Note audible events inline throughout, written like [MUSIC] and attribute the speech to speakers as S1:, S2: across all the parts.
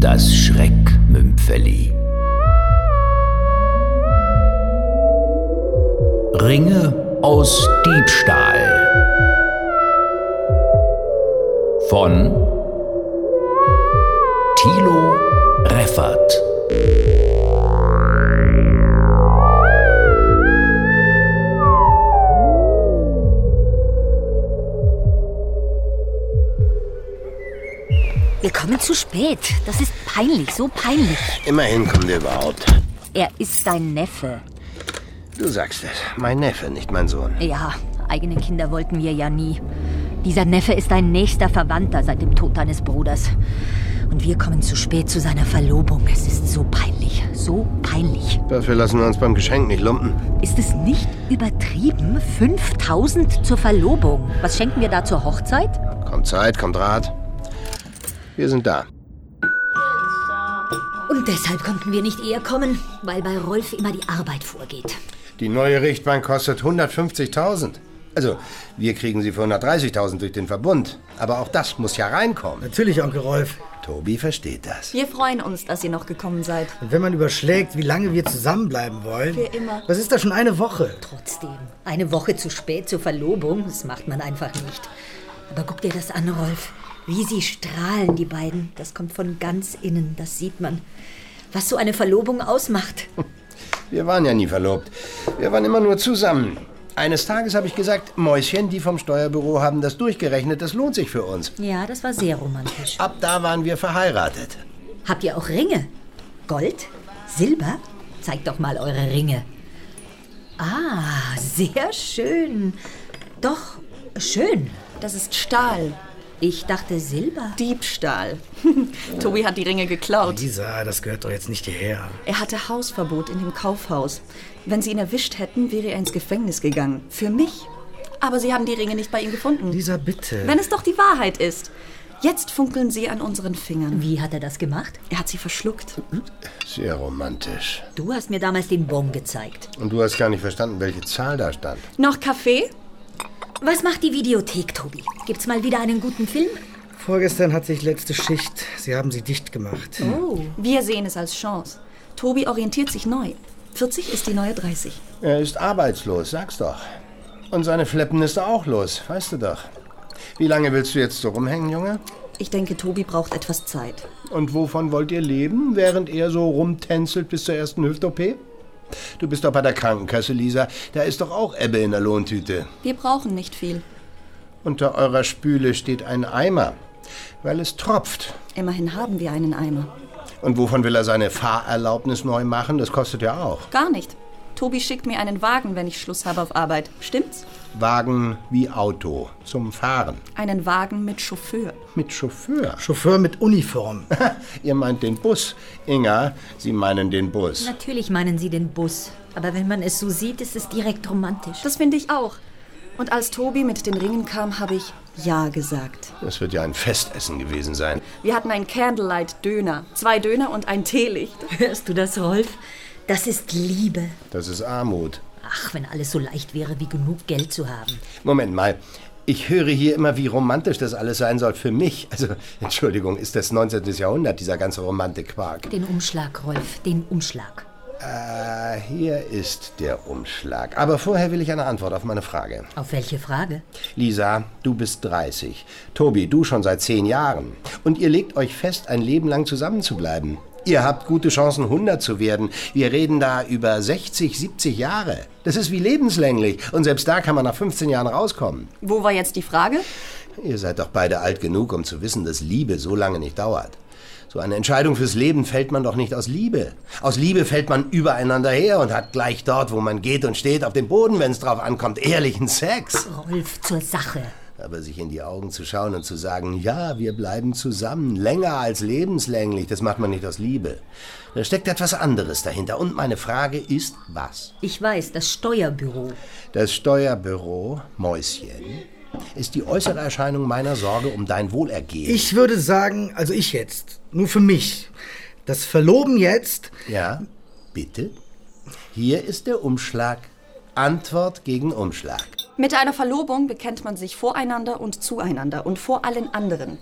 S1: Das Schreckmümpfeli. Ringe aus Diebstahl. Von Thilo Reffert.
S2: Wir kommen zu spät. Das ist peinlich, so peinlich.
S3: Immerhin kommt er überhaupt.
S2: Er ist dein Neffe.
S3: Du sagst es. Mein Neffe, nicht mein Sohn.
S2: Ja, eigene Kinder wollten wir ja nie. Dieser Neffe ist dein nächster Verwandter seit dem Tod deines Bruders. Und wir kommen zu spät zu seiner Verlobung. Es ist so peinlich, so peinlich.
S3: Dafür lassen wir uns beim Geschenk nicht lumpen.
S2: Ist es nicht übertrieben? 5000 zur Verlobung. Was schenken wir da zur Hochzeit?
S3: Kommt Zeit, kommt Rat. Wir sind da.
S2: Und deshalb konnten wir nicht eher kommen, weil bei Rolf immer die Arbeit vorgeht.
S3: Die neue Richtbank kostet 150.000. Also, wir kriegen sie für 130.000 durch den Verbund. Aber auch das muss ja reinkommen.
S4: Natürlich, Onkel Rolf.
S3: Tobi versteht das.
S5: Wir freuen uns, dass ihr noch gekommen seid.
S4: Und wenn man überschlägt, wie lange wir zusammenbleiben wollen.
S5: Für immer.
S4: Was ist da schon eine Woche?
S2: Trotzdem, eine Woche zu spät zur Verlobung, das macht man einfach nicht. Aber guck dir das an, Rolf. Wie sie strahlen, die beiden. Das kommt von ganz innen, das sieht man. Was so eine Verlobung ausmacht.
S3: Wir waren ja nie verlobt. Wir waren immer nur zusammen. Eines Tages habe ich gesagt, Mäuschen, die vom Steuerbüro haben das durchgerechnet, das lohnt sich für uns.
S2: [LAUGHS] Ja, das war sehr romantisch.
S3: Ab da waren wir verheiratet.
S2: Habt ihr auch Ringe? Gold? Silber? Zeigt doch mal eure Ringe. Ah, sehr schön. Doch, schön.
S5: Das ist Stahl.
S2: Ich dachte Silber.
S5: Diebstahl. [LAUGHS] Tobi hat die Ringe geklaut.
S4: Lisa, das gehört doch jetzt nicht hierher.
S5: Er hatte Hausverbot in dem Kaufhaus. Wenn sie ihn erwischt hätten, wäre er ins Gefängnis gegangen. Für mich. Aber sie haben die Ringe nicht bei ihm gefunden.
S4: Lisa, bitte.
S5: Wenn es doch die Wahrheit ist. Jetzt funkeln sie an unseren Fingern.
S2: Wie hat er das gemacht?
S5: Er hat sie verschluckt.
S3: Sehr romantisch.
S2: Du hast mir damals den Bon gezeigt.
S3: Und du hast gar nicht verstanden, welche Zahl da stand.
S5: Noch Kaffee?
S2: Was macht die Videothek, Tobi? Gibt's mal wieder einen guten Film?
S4: Vorgestern hat sich letzte Schicht. Sie haben sie dicht gemacht.
S2: Oh.
S5: Wir sehen es als Chance. Tobi orientiert sich neu. 40 ist die neue 30.
S3: Er ist arbeitslos, sag's doch. Und seine Fleppen ist er auch los, weißt du doch. Wie lange willst du jetzt so rumhängen, Junge?
S5: Ich denke, Tobi braucht etwas Zeit.
S3: Und wovon wollt ihr leben, während er so rumtänzelt bis zur ersten Hüft-OP? Du bist doch bei der Krankenkasse, Lisa. Da ist doch auch Ebbe in der Lohntüte.
S5: Wir brauchen nicht viel.
S3: Unter eurer Spüle steht ein Eimer, weil es tropft.
S5: Immerhin haben wir einen Eimer.
S3: Und wovon will er seine Fahrerlaubnis neu machen? Das kostet ja auch.
S5: Gar nicht. Tobi schickt mir einen Wagen, wenn ich Schluss habe auf Arbeit. Stimmt's?
S3: Wagen wie Auto zum Fahren.
S5: Einen Wagen mit Chauffeur.
S3: Mit Chauffeur.
S4: Chauffeur mit Uniform.
S3: Ihr meint den Bus. Inga, Sie meinen den Bus.
S2: Natürlich meinen sie den Bus. Aber wenn man es so sieht, ist es direkt romantisch.
S5: Das finde ich auch. Und als Tobi mit den Ringen kam, habe ich Ja gesagt.
S3: Das wird ja ein Festessen gewesen sein.
S5: Wir hatten einen Candlelight-Döner, zwei Döner und ein Teelicht.
S2: [LAUGHS] Hörst du das, Rolf? Das ist Liebe.
S3: Das ist Armut.
S2: Ach, wenn alles so leicht wäre, wie genug Geld zu haben.
S3: Moment mal. Ich höre hier immer, wie romantisch das alles sein soll für mich. Also, [LAUGHS] Entschuldigung, ist das 19. Jahrhundert, dieser ganze Romantikquark.
S2: Den Umschlag, Rolf, den Umschlag.
S3: Äh, hier ist der Umschlag. Aber vorher will ich eine Antwort auf meine Frage.
S2: Auf welche Frage?
S3: Lisa, du bist 30. Tobi, du schon seit 10 Jahren. Und ihr legt euch fest, ein Leben lang zusammen zu bleiben. Ihr habt gute Chancen, 100 zu werden. Wir reden da über 60, 70 Jahre. Das ist wie lebenslänglich. Und selbst da kann man nach 15 Jahren rauskommen.
S5: Wo war jetzt die Frage?
S3: Ihr seid doch beide alt genug, um zu wissen, dass Liebe so lange nicht dauert. So eine Entscheidung fürs Leben fällt man doch nicht aus Liebe. Aus Liebe fällt man übereinander her und hat gleich dort, wo man geht und steht, auf dem Boden, wenn es drauf ankommt, ehrlichen Sex.
S2: Rolf, zur Sache.
S3: Aber sich in die Augen zu schauen und zu sagen, ja, wir bleiben zusammen, länger als lebenslänglich, das macht man nicht aus Liebe. Da steckt etwas anderes dahinter. Und meine Frage ist, was?
S2: Ich weiß, das Steuerbüro.
S3: Das Steuerbüro Mäuschen ist die äußere Erscheinung meiner Sorge um dein Wohlergehen.
S4: Ich würde sagen, also ich jetzt, nur für mich. Das Verloben jetzt,
S3: Ja, bitte? Hier ist der Umschlag. Antwort gegen Umschlag.
S5: Mit einer Verlobung bekennt man sich voreinander und zueinander und vor allen anderen.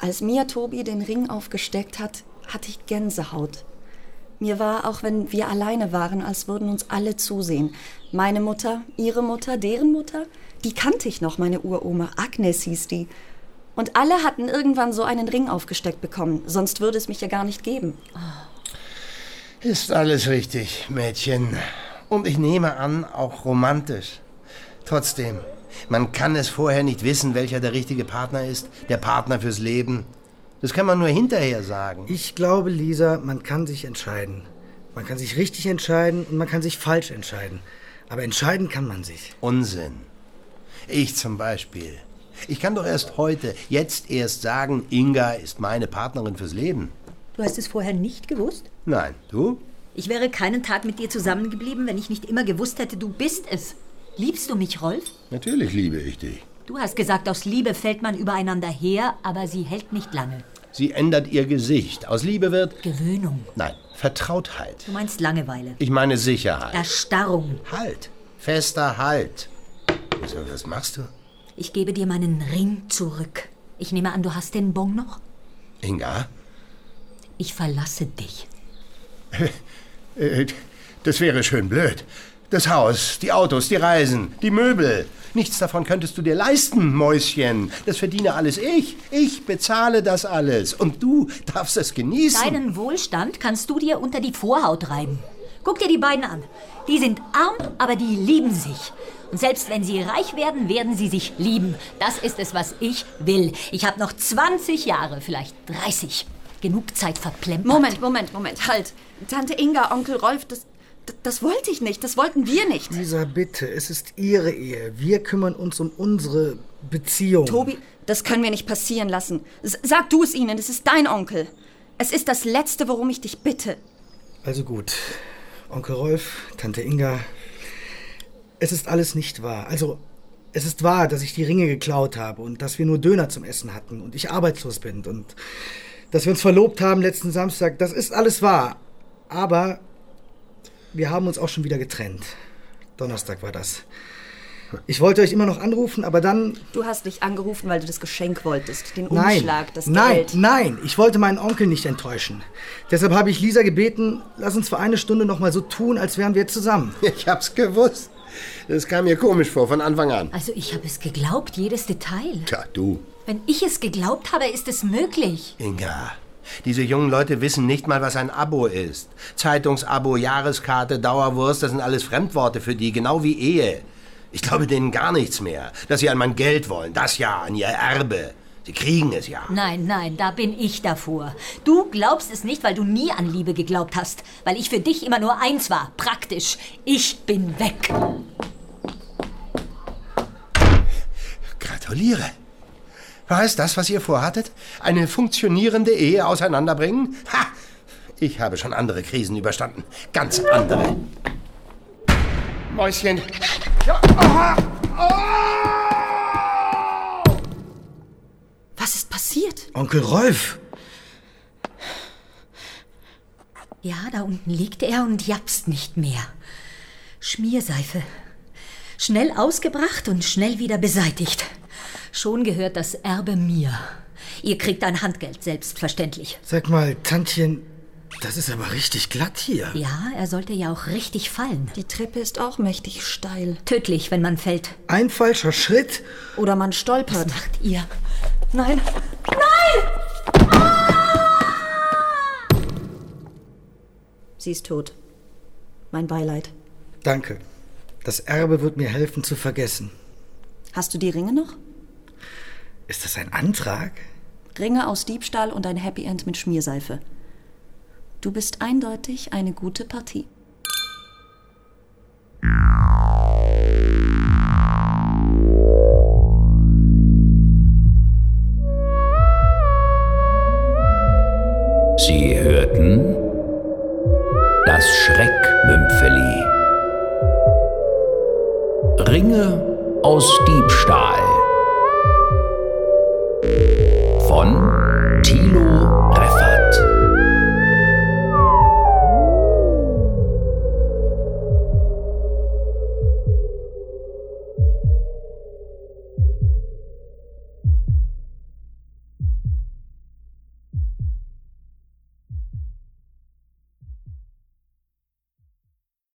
S5: Als mir Tobi den Ring aufgesteckt hat, hatte ich Gänsehaut. Mir war, auch wenn wir alleine waren, als würden uns alle zusehen. Meine Mutter, ihre Mutter, deren Mutter, die kannte ich noch, meine Uroma. Agnes hieß die. Und alle hatten irgendwann so einen Ring aufgesteckt bekommen, sonst würde es mich ja gar nicht geben.
S3: Ist alles richtig, Mädchen. Und ich nehme an, auch romantisch. Trotzdem, man kann es vorher nicht wissen, welcher der richtige Partner ist, der Partner fürs Leben. Das kann man nur hinterher sagen.
S4: Ich glaube, Lisa, man kann sich entscheiden. Man kann sich richtig entscheiden und man kann sich falsch entscheiden. Aber entscheiden kann man sich.
S3: Unsinn. Ich zum Beispiel. Ich kann doch erst heute, jetzt erst sagen, Inga ist meine Partnerin fürs Leben.
S2: Du hast es vorher nicht gewusst?
S3: Nein, du?
S2: Ich wäre keinen Tag mit dir zusammengeblieben, wenn ich nicht immer gewusst hätte, du bist es. Liebst du mich, Rolf?
S3: Natürlich liebe ich dich.
S2: Du hast gesagt, aus Liebe fällt man übereinander her, aber sie hält nicht lange.
S3: Sie ändert ihr Gesicht. Aus Liebe wird,
S2: Gewöhnung.
S3: nein, Vertrautheit.
S2: Du meinst Langeweile.
S3: Ich meine Sicherheit.
S2: Erstarrung.
S3: Halt. Fester Halt. Wieso, was machst du?
S2: Ich gebe dir meinen Ring zurück. Ich nehme an, du hast den Bon noch?
S3: Inga?
S2: Ich verlasse dich.
S3: Äh, Das wäre schön blöd. Das Haus, die Autos, die Reisen, die Möbel. Nichts davon könntest du dir leisten, Mäuschen. Das verdiene alles ich. Ich bezahle das alles. Und du darfst es genießen.
S2: Deinen Wohlstand kannst du dir unter die Vorhaut reiben. Guck dir die beiden an. Die sind arm, aber die lieben sich. Und selbst wenn sie reich werden, werden sie sich lieben. Das ist es, was ich will. Ich habe noch 20 Jahre, vielleicht 30. Genug Zeit verplempert.
S5: Moment, Moment, Moment, halt. Tante Inga, Onkel Rolf, das, das, das wollte ich nicht, das wollten wir nicht.
S4: Lisa, bitte, es ist Ihre Ehe. Wir kümmern uns um unsere Beziehung.
S5: Tobi, das können wir nicht passieren lassen. S sag du es ihnen, es ist dein Onkel. Es ist das Letzte, worum ich dich bitte.
S4: Also gut, Onkel Rolf, Tante Inga, es ist alles nicht wahr. Also, es ist wahr, dass ich die Ringe geklaut habe und dass wir nur Döner zum Essen hatten und ich arbeitslos bin und dass wir uns verlobt haben letzten Samstag. Das ist alles wahr. Aber wir haben uns auch schon wieder getrennt. Donnerstag war das. Ich wollte euch immer noch anrufen, aber dann
S5: Du hast dich angerufen, weil du das Geschenk wolltest, den
S4: Nein,
S5: Umschlag, das
S4: nein,
S5: Geld.
S4: nein, ich wollte meinen Onkel nicht enttäuschen. Deshalb habe ich Lisa gebeten, lass uns für eine Stunde noch mal so tun, als wären wir
S5: [LAUGHS]
S4: zusammen.
S3: Ich hab's gewusst. Das kam mir komisch vor, von Anfang an.
S2: Also ich habe es geglaubt, jedes Detail.
S3: Tja, du.
S2: Wenn ich es geglaubt habe, ist es möglich.
S3: Inga, diese jungen Leute wissen nicht mal, was ein Abo ist. Zeitungsabo, Jahreskarte, Dauerwurst, das sind alles Fremdworte für die, genau wie Ehe. Ich glaube denen gar nichts mehr, dass sie an mein Geld wollen, das ja, an ihr Erbe. Sie kriegen es ja.
S2: Nein, nein, da bin ich davor. Du glaubst es nicht, weil du nie an Liebe geglaubt hast. Weil ich für dich immer nur eins war, praktisch. Ich bin weg.
S3: Gratuliere. War es das, was ihr vorhattet? Eine funktionierende Ehe auseinanderbringen? Ha! Ich habe schon andere Krisen überstanden. Ganz andere. Mäuschen. Ja, aha. Oh!
S5: Was ist passiert?
S4: Onkel Rolf,
S2: Ja, da unten liegt er und japst nicht mehr. Schmierseife. Schnell ausgebracht und schnell wieder beseitigt. Schon gehört das Erbe mir. Ihr kriegt ein Handgeld, selbstverständlich.
S4: sag mal, Tantchen, das ist aber richtig glatt hier.
S2: Ja, er sollte ja auch richtig fallen.
S5: Die Treppe ist auch mächtig steil.
S2: Tödlich, wenn man fällt.
S4: Ein falscher Schritt.
S5: Oder man stolpert.
S2: Macht ihr.
S5: Nein. Ah!
S2: Nein!
S5: Sie ist tot. Mein Beileid.
S4: Danke. Das Erbe wird mir helfen zu vergessen.
S5: Hast du die Ringe noch?
S4: Ist das ein Antrag?
S5: Ringe aus Diebstahl und ein Happy End mit Schmierseife. Du bist eindeutig eine gute Partie.
S1: Sie hörten das Schreckmümpfeli. Ringe aus Diebstahl von Thilo